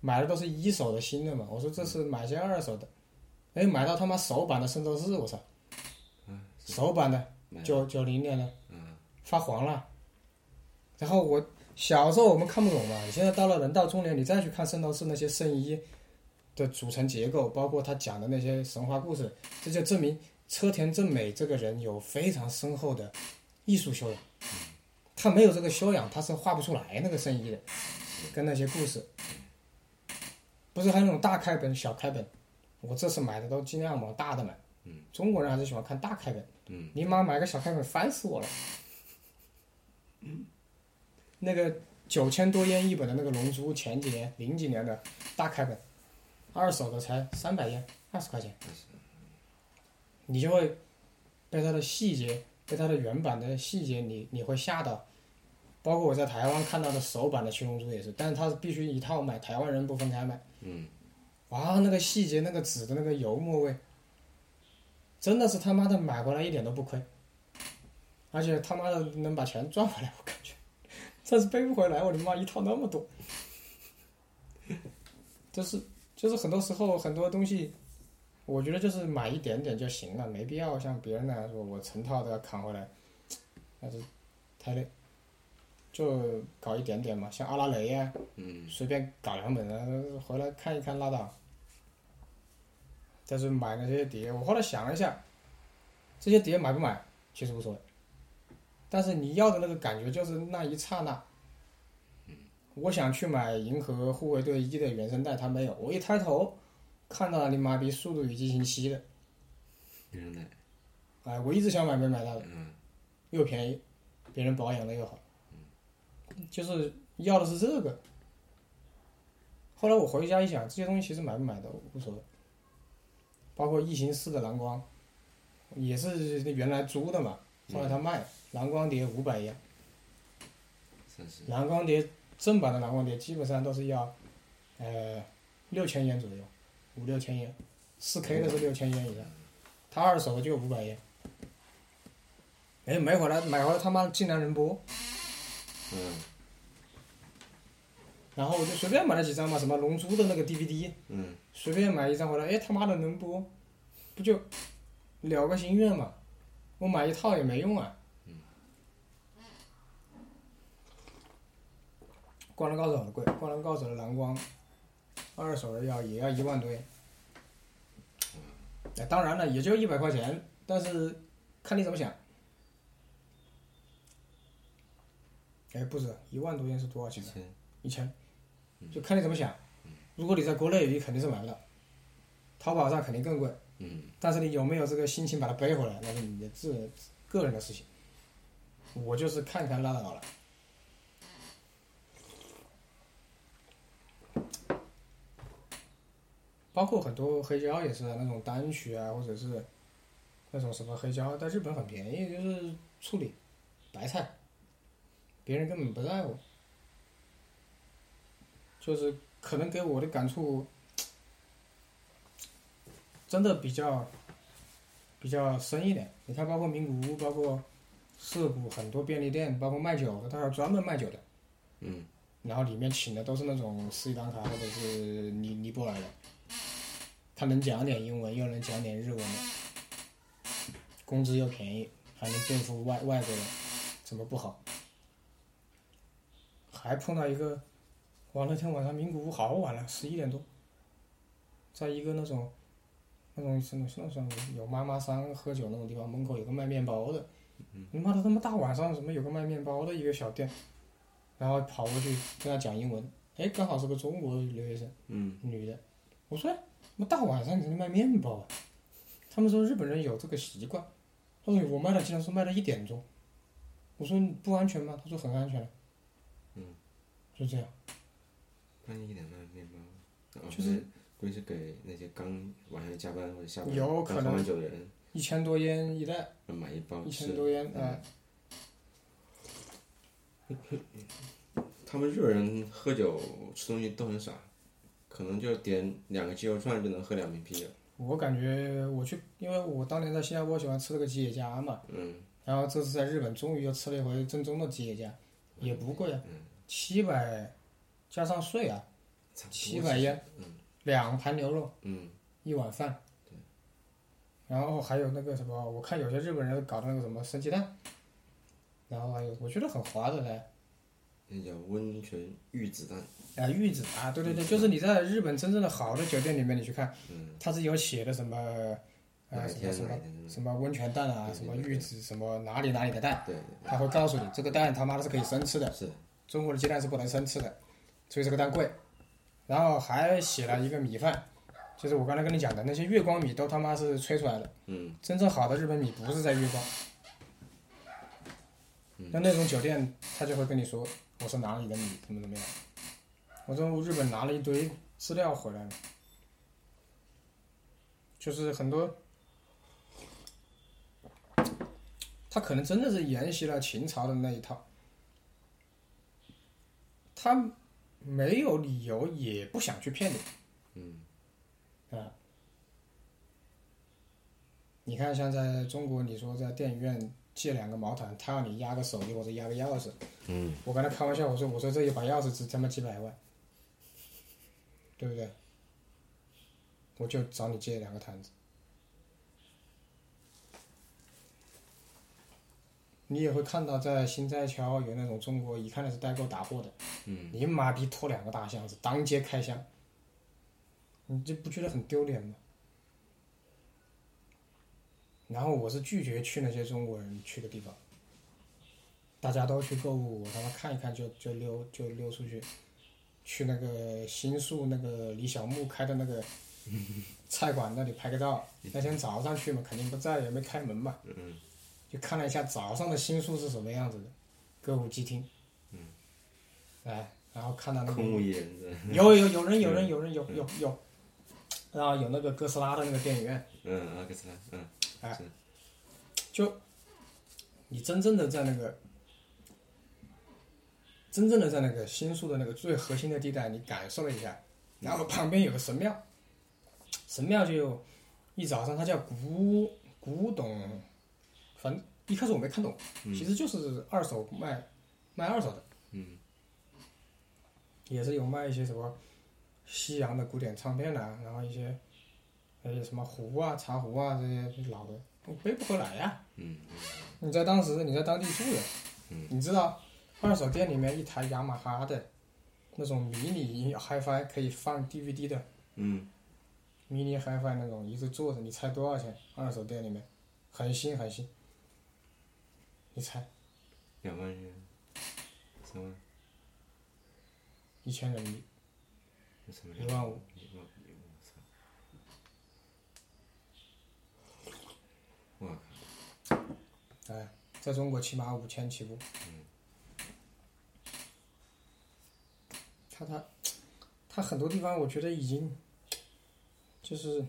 Speaker 1: 买的都是一手的新的嘛，我说这次买些二手的，哎，买到他妈首版的圣斗士，我操！首版的
Speaker 3: 买
Speaker 1: 九九零年的，发黄了。然后我小时候我们看不懂嘛，你现在到了人到中年，你再去看圣斗士那些圣衣的组成结构，包括他讲的那些神话故事，这就证明车田正美这个人有非常深厚的艺术修养。他没有这个修养，他是画不出来那个圣衣的，跟那些故事。不是还有那种大开本、小开本，我这次买的都尽量往大的买。中国人还是喜欢看大开本。嗯你妈买个小开本，烦死我了。嗯那个九千多烟一本的那个《龙珠》，前几年零几年的大开本，二手的才三百烟，二十块钱，你就会被它的细节，被它的原版的细节你，你会吓到。包括我在台湾看到的首版的《七龙珠》也是，但是它是必须一套买，台湾人不分开买。嗯。哇，那个细节，那个纸的那个油墨味，真的是他妈的买回来一点都不亏，而且他妈的能把钱赚回来，我感觉 *laughs* 这是背不回来，我的妈，一套那么多， *laughs* 就是就是很多时候很多东西，我觉得就是买一点点就行了，没必要像别人那样说我成套都要扛回来，那是太累，就搞一点点嘛，像阿拉蕾啊呀、随便搞两本啊，回来看一看拉倒。但是买那些碟，我后来想了一下，这些碟买不买其实无所谓，但是你要的那个感觉就是那一刹那。我想去买《银河护卫队一》的原声带，它没有。我一抬头，看到了你妈逼《速度与激情七》的，
Speaker 3: 别人来，
Speaker 1: 哎，我一直想买没买到的，又便宜，别人保养的又好，就是要的是这个。后来我回家一想，这些东西其实买不买的无所谓，包括《异形四》的蓝光，也是原来租的嘛，后来他卖了蓝光碟五百元，
Speaker 3: 真是，
Speaker 1: 蓝光碟正版的蓝光碟基本上都是要，呃，六千元左右，五六千元，四 K 的是六千元以上，他二手的就五百元。哎，买回来买回来他妈竟然能播，
Speaker 3: 嗯
Speaker 1: 然后我就随便买了几张嘛，什么《龙珠》的那个 DVD，
Speaker 3: 嗯，
Speaker 1: 随便买一张回来，哎他妈的能播，不就了个心愿嘛？我买一套也没用啊。灌篮高手的贵，灌篮高手的蓝光，二手的要也要一万多元。哎，当然了，也就一百块钱，但是看你怎么想。哎，不止一万多元是多少
Speaker 3: 几
Speaker 1: 钱？
Speaker 3: 千，
Speaker 1: 一千，就看你怎么想。如果你在国内，你肯定是买不到，淘宝上肯定更贵。
Speaker 3: 嗯，
Speaker 1: 但是你有没有这个心情把它背回来，那是你的自个人的事情。我就是看看拉倒了。包括很多黑胶也是啊那种单曲啊，或者是那种什么黑胶，在日本很便宜，就是处理白菜，别人根本不在乎。就是可能给我的感触，真的比较比较深一点。你看，包括名古屋，包括涩谷很多便利店，包括卖酒的，他是专门卖酒的。
Speaker 3: 嗯。
Speaker 1: 然后里面请的都是那种斯里兰卡或者是尼尼泊尔的，他能讲点英文，又能讲点日文的，工资又便宜，还能对付外外国人，怎么不好？还碰到一个，哇，那天晚上名古屋好晚了，十一点多，在一个那种。那种什么那种有妈妈桑喝酒那种地方，门口有个卖面包的，你妈的他妈大晚上怎么有个卖面包的一个小店，然后跑过去跟他讲英文，哎，刚好是个中国留学生，
Speaker 3: 嗯，
Speaker 1: 女的，我说，我大晚上你在那卖面包、啊，他们说日本人有这个习惯，他说我卖的经常是卖到一点钟，我说你不安全吗？他说很安全了，嗯，就这样，
Speaker 3: 半夜一点半面包，哦
Speaker 1: 就
Speaker 3: 不是估计是给那些刚晚上加班或者下班
Speaker 1: 有
Speaker 3: 刚
Speaker 1: 可
Speaker 3: 喝
Speaker 1: 能
Speaker 3: 完酒的人
Speaker 1: 一千多烟一袋，
Speaker 3: 买一包
Speaker 1: 一
Speaker 3: 吃
Speaker 1: 千。多烟，
Speaker 3: 嗯
Speaker 1: 哎、
Speaker 3: 他们日本人喝酒吃东西都很少，可能就点两个鸡肉串就能喝两瓶啤酒。
Speaker 1: 我感觉我去，因为我当年在新加坡喜欢吃那个吉野家嘛，
Speaker 3: 嗯，
Speaker 1: 然后这次在日本终于又吃了一回正宗的吉野家，也不贵啊，七百加上税啊，
Speaker 3: 差不多
Speaker 1: 七百烟，两盘牛肉，
Speaker 3: 嗯，
Speaker 1: 一碗饭，然后还有那个什么，我看有些日本人搞的那个什么生鸡蛋，然后还有我觉得很划得来，
Speaker 3: 那叫温泉玉子蛋。
Speaker 1: 啊，玉子啊，对对对，就是你在日本真正的好的酒店里面，你去看，
Speaker 3: 嗯，
Speaker 1: 它是有写的什么，
Speaker 3: 哪
Speaker 1: 呃，
Speaker 3: 一
Speaker 1: 什么
Speaker 3: 天
Speaker 1: 什
Speaker 3: 哪
Speaker 1: 么
Speaker 3: 一天？
Speaker 1: 什么温泉蛋啊，
Speaker 3: 对
Speaker 1: 什么
Speaker 3: 对对
Speaker 1: 玉子，什么哪里哪里的蛋，
Speaker 3: 对，
Speaker 1: 他会告诉你这个蛋他妈的是可以生吃的，
Speaker 3: 是
Speaker 1: 中国的鸡蛋是不能生吃的，所以这个蛋贵。然后还写了一个米饭，就是我刚才跟你讲的那些月光米都他妈是吹出来的，
Speaker 3: 嗯，
Speaker 1: 真正好的日本米不是在月光。那那种酒店他就会跟你说我是哪里的米，怎么怎么样。我从日本拿了一堆资料回来了，就是很多，他可能真的是沿袭了秦朝的那一套，他没有理由也不想去骗你，嗯，啊，你看像在中国，你说在电影院借两个毛毯，他让你压个手机或者压个钥匙，嗯，我跟他开玩笑，我说我说这一把钥匙值他妈几百万，对不对？我就找你借两个毯子。你也会看到，在新斋桥有那种中国一看就是代购打货的，嗯，你妈逼拖两个大箱子，当街开箱，你这不觉得很丢脸吗？然后我是拒绝去那些中国人去的地方，大家都去购物，我他妈看一看就就溜就溜出去，去那个新宿那个李小牧开的那
Speaker 3: *laughs*
Speaker 1: 个菜馆那里拍个照。
Speaker 3: 嗯
Speaker 1: 那天早上去嘛，肯定不在，也没开门嘛，就看了一下早上的新宿是什么样子的，歌舞伎町，哎，然后看到那个
Speaker 3: 嗯空无一人的。
Speaker 1: 有有有人有人有人有有有，然后有那个哥斯拉的那个电影院，
Speaker 3: 嗯，阿克斯拉，嗯，
Speaker 1: 就你真正的在那个真正的在那个新宿的那个最核心的地带，你感受了一下，然后旁边有个神庙，神庙就有一早上它叫古古董，反正一开始我没看懂，其实就是二手卖卖二手的，嗯，也是有卖一些什么西洋的古典唱片啊，然后一些那些什么壶啊、茶壶啊这些老的，我背不回来呀、
Speaker 3: 嗯
Speaker 1: 你在当时你在当地住的，你知道二手店里面一台雅马哈的那种迷你 HiFi 可以放 DVD 的，
Speaker 3: 嗯，
Speaker 1: 迷你 HiFi 那种一直坐着，你猜多少钱？二手店里面很新很新，你猜
Speaker 3: 两万日元，三万，
Speaker 1: 一千人民币，
Speaker 3: 什么？
Speaker 1: 一万五，
Speaker 3: 一万五，我操！我靠！
Speaker 1: 哎，在中国起码五千起步。他他他很多地方我觉得已经就是，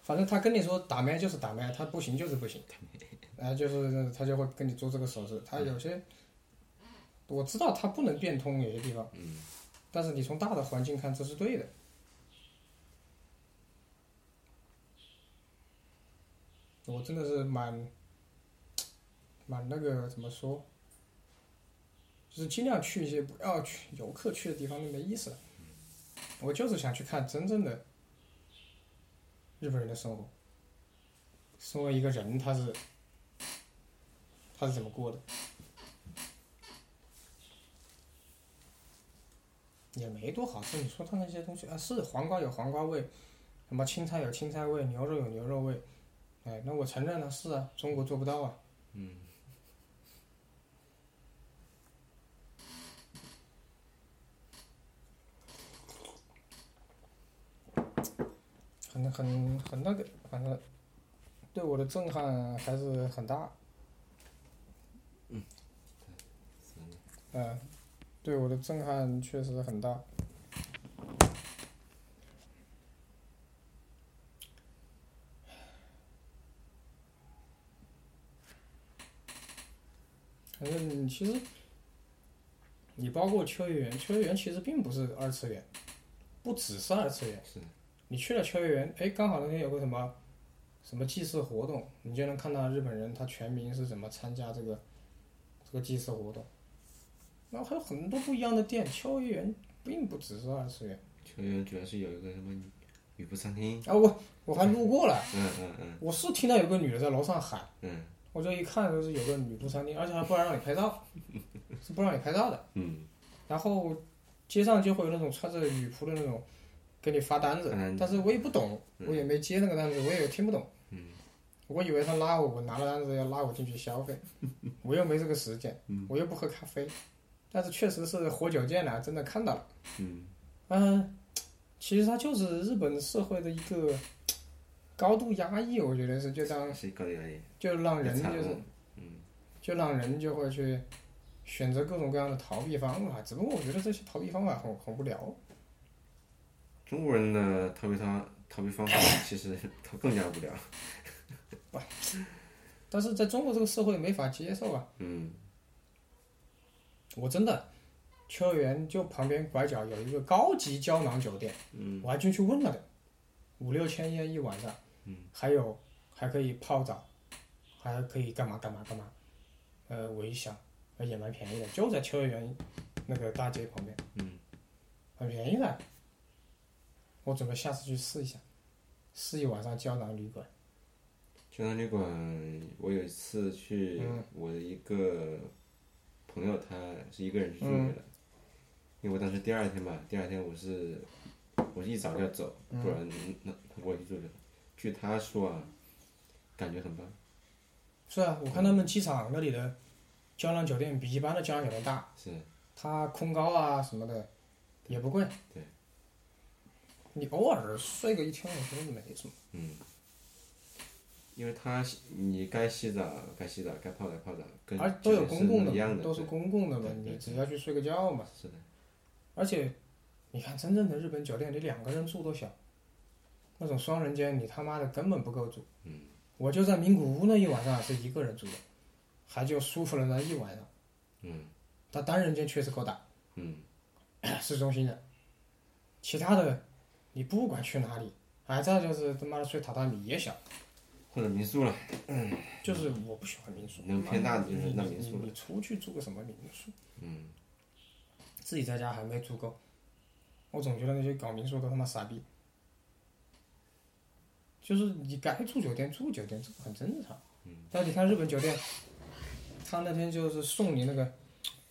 Speaker 1: 反正他跟你说打麦就是打麦，他不行就是不行，然后就是他就会跟你做这个手势，他有些我知道他不能变通有些地方，但是你从大的环境看这是对的。我真的是蛮蛮那个怎么说，就是尽量去一些不要去游客去的地方，那没意思了。我就是想去看真正的日本人的生活，身为一个人，他是他是怎么过的，也没多好吃。你说他那些东西啊，是黄瓜有黄瓜味，什么青菜有青菜味，牛肉有牛肉味，哎，那我承认了，是啊，中国做不到啊。
Speaker 3: 嗯
Speaker 1: 很很很那个，反正对我的震撼还是很大。嗯。呃，对我的震撼确实很大。反正你其实，你包括秋叶原，秋叶原其实并不是二次元，不只是二次元。
Speaker 3: 是的，
Speaker 1: 你去了秋叶原，哎，刚好那天有个什么什么祭祀活动，你就能看到日本人他全民是怎么参加这个这个祭祀活动。然后还有很多不一样的店，秋叶原并不只是二次元。
Speaker 3: 球员主要是有一个什么女女仆餐厅，
Speaker 1: 啊，我我还路过了，
Speaker 3: 嗯嗯嗯
Speaker 1: 我是听到有个女的在楼上喊，
Speaker 3: 嗯
Speaker 1: 我这一看就是有个女仆餐厅，而且还不让让你拍照，是不让你拍照的。
Speaker 3: 嗯，
Speaker 1: 然后街上就会有那种穿着女仆的那种给你发单子，
Speaker 3: 嗯
Speaker 1: 但是我也不懂，我也没接那个单子，我也听不懂。我以为他拉我，我拿了单子要拉我进去消费，我又没这个时间，我又不喝咖啡，但是确实是活久见了，真的看到了。嗯，其实它就是日本社会的一个高度压抑，我觉得是就让
Speaker 3: 是搞得有点
Speaker 1: 就让人
Speaker 3: 惨
Speaker 1: 就是
Speaker 3: 了
Speaker 1: 就让人就会去选择各种各样的逃避方法。只不过我觉得这些逃避方法很很无聊。
Speaker 3: 中国人的逃避方逃避方法其实他更加无聊，
Speaker 1: 但是在中国这个社会没法接受啊！
Speaker 3: 嗯
Speaker 1: 我真的，秋叶原就旁边拐角有一个高级胶囊酒店，
Speaker 3: 嗯
Speaker 1: 我还进去问了的，五六千烟一晚上，
Speaker 3: 嗯
Speaker 1: 还有还可以泡澡，还可以干嘛干嘛干嘛，呃，我一想，呃也蛮便宜的，就在秋叶原那个大街旁边，
Speaker 3: 嗯，
Speaker 1: 很便宜的，我准备下次去试一下，试一晚上胶囊旅馆，
Speaker 3: 胶囊旅馆，我有一次去
Speaker 1: 嗯
Speaker 3: 我的一个朋友，他是一个人去聚
Speaker 1: 嗯
Speaker 3: 会的，因为我当时第二天吧，第二天我是我是一早就要走，
Speaker 1: 嗯
Speaker 3: 不然那那我就住不了。据他说啊，感觉很棒，
Speaker 1: 是啊，我看他们机场那里的胶囊酒店比一般的胶囊酒店大。
Speaker 3: 是
Speaker 1: 它空高啊什么的也不贵。
Speaker 3: 对。
Speaker 1: 你偶尔睡个一天，我觉得没什么。
Speaker 3: 嗯因为他你该洗澡该洗澡，该泡澡泡澡，跟
Speaker 1: 而都有
Speaker 3: 酒店
Speaker 1: 公共
Speaker 3: 是一样
Speaker 1: 嘛，都是
Speaker 3: 对
Speaker 1: 公共的嘛
Speaker 3: 对，对
Speaker 1: 你
Speaker 3: 对
Speaker 1: 只要去睡个觉嘛。
Speaker 3: 是的，
Speaker 1: 而且，你看真正的日本酒店，你两个人住都小，那种双人间，你他妈的根本不够住。
Speaker 3: 嗯。
Speaker 1: 我就在名古屋那一晚上是一个人住的，还就舒服了那一晚上。
Speaker 3: 嗯
Speaker 1: 但单人间确实够大，
Speaker 3: 嗯
Speaker 1: 市中心的，其他的，你不管去哪里，哎，再就是他妈的睡榻榻米也小。
Speaker 3: 或者民宿了，
Speaker 1: 就是我不喜欢民宿，嗯
Speaker 3: 能偏大的
Speaker 1: 你
Speaker 3: 就是
Speaker 1: 你
Speaker 3: 那民宿
Speaker 1: 你你出去住个什么民宿？
Speaker 3: 嗯，
Speaker 1: 自己在家还没住够。我总觉得那些搞民宿都他妈傻逼。就是你该住酒店住酒店，这个很正常。
Speaker 3: 嗯
Speaker 1: 但你看日本酒店，他那天就是送你那个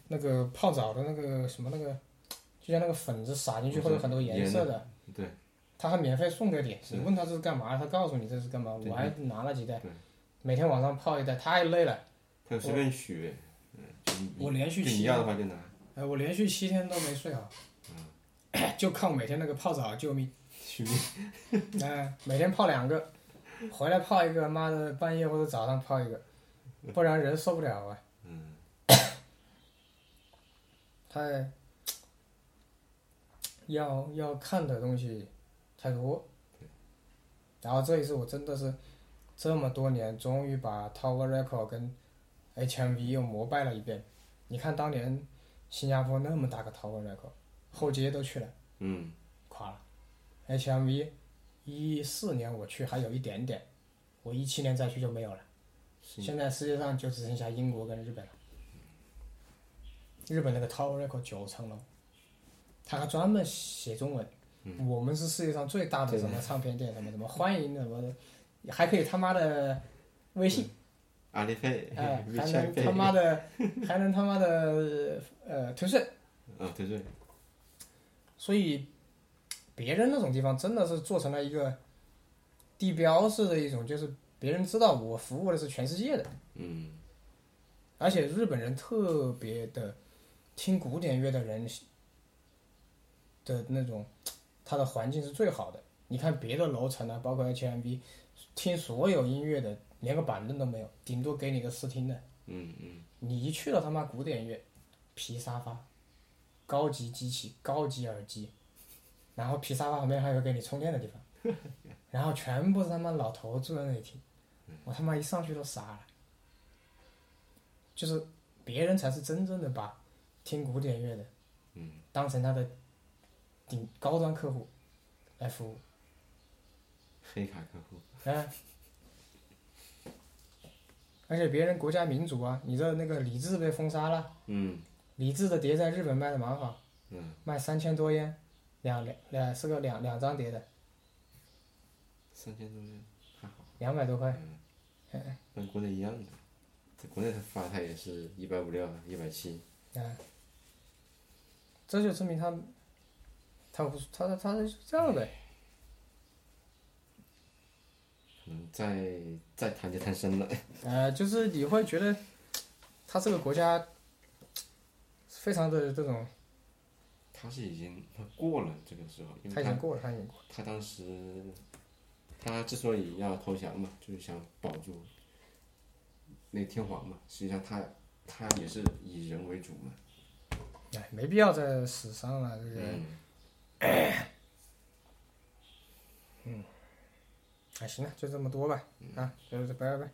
Speaker 1: 那个泡澡的那个什么那个，就像那个粉子撒进去会有很多颜色的，
Speaker 3: 对
Speaker 1: 他还免费送给你，
Speaker 3: 是
Speaker 1: 你问他这是干嘛，他告诉你这是干嘛，
Speaker 3: 对
Speaker 1: 我还拿了几袋
Speaker 3: 对，
Speaker 1: 每天晚上泡一袋，太累了。
Speaker 3: 他就随便取，嗯，就你
Speaker 1: 我连续
Speaker 3: 就你
Speaker 1: 七
Speaker 3: 要的话就拿，
Speaker 1: 哎，我连续七天都没睡好，
Speaker 3: 嗯
Speaker 1: *coughs* 就靠每天那个泡澡救命。
Speaker 3: 去
Speaker 1: 哎、每天泡两个，回来泡一个，妈的半夜或者早上泡一个，不然人受不了啊。
Speaker 3: 嗯
Speaker 1: 太要要看的东西太多。然后这一次我真的是这么多年，终于把 Tower Record 跟 HMV 又膜拜了一遍。你看当年新加坡那么大个 Tower Record，后街都去了。
Speaker 3: 嗯
Speaker 1: 垮了。HMV 一四年我去还有一点点，我一七年再去就没有了。
Speaker 3: 是
Speaker 1: 现在世界上就只剩下英国跟日本了。日本那个 Tower Record 九层楼，他还专门写中文。
Speaker 3: 嗯
Speaker 1: 我们是世界上最大的什么唱片店，什么什么欢迎什么的，还可以他妈的微信。
Speaker 3: 阿里 *laughs* 费，
Speaker 1: 哎，
Speaker 3: 嗯微
Speaker 1: 还
Speaker 3: 信
Speaker 1: 能
Speaker 3: 费
Speaker 1: 他，妈的，还能他妈的呃退税，
Speaker 3: 啊，对对，
Speaker 1: 所以别人那种地方真的是做成了一个地标式的一种，就是别人知道我服务的是全世界的，
Speaker 3: 嗯，
Speaker 1: 而且日本人特别的听古典乐的人的那种，他的环境是最好的。你看别的楼层啊呢，包括 HMV，听所有音乐的连个板凳都没有，顶多给你个试听的。
Speaker 3: 嗯嗯，
Speaker 1: 你一去了他妈古典乐，皮沙发，高级机器，高级耳机，然后皮沙发旁边还有给你充电的地方，然后全部是他妈老头坐在那里听，我他妈一上去都傻了。就是别人才是真正的把听古典乐的，当成他的顶高端客户来服务，
Speaker 3: 黑卡客户，
Speaker 1: 哎，而且别人国家民主啊，你知道那个李志被封杀了。
Speaker 3: 嗯
Speaker 1: 李志的碟在日本卖的蛮好，
Speaker 3: 嗯，
Speaker 1: 卖三千多烟，两两两是个两两张碟的，
Speaker 3: 三千多元还好，
Speaker 1: 两百多块。
Speaker 3: 跟国内一样的，在国内他发他也是一百五六，一百七，
Speaker 1: 啊，这就证明他，他不他他他是这样的呗。
Speaker 3: 可能再再谈就谈深了，
Speaker 1: 呃，就是你会觉得，他这个国家，非常的这种，
Speaker 3: 他是已经他过了这个时候，因
Speaker 1: 他
Speaker 3: 为
Speaker 1: 已
Speaker 3: 他
Speaker 1: 经过了，他已经过了。
Speaker 3: 他当时，他之所以要投降嘛，就是想保住那天皇嘛。实际上他他也是以人为主嘛。
Speaker 1: 哎，没必要再死伤了，这个。
Speaker 3: 嗯，
Speaker 1: 哎，行了，就这么多吧。啊，就是拜拜。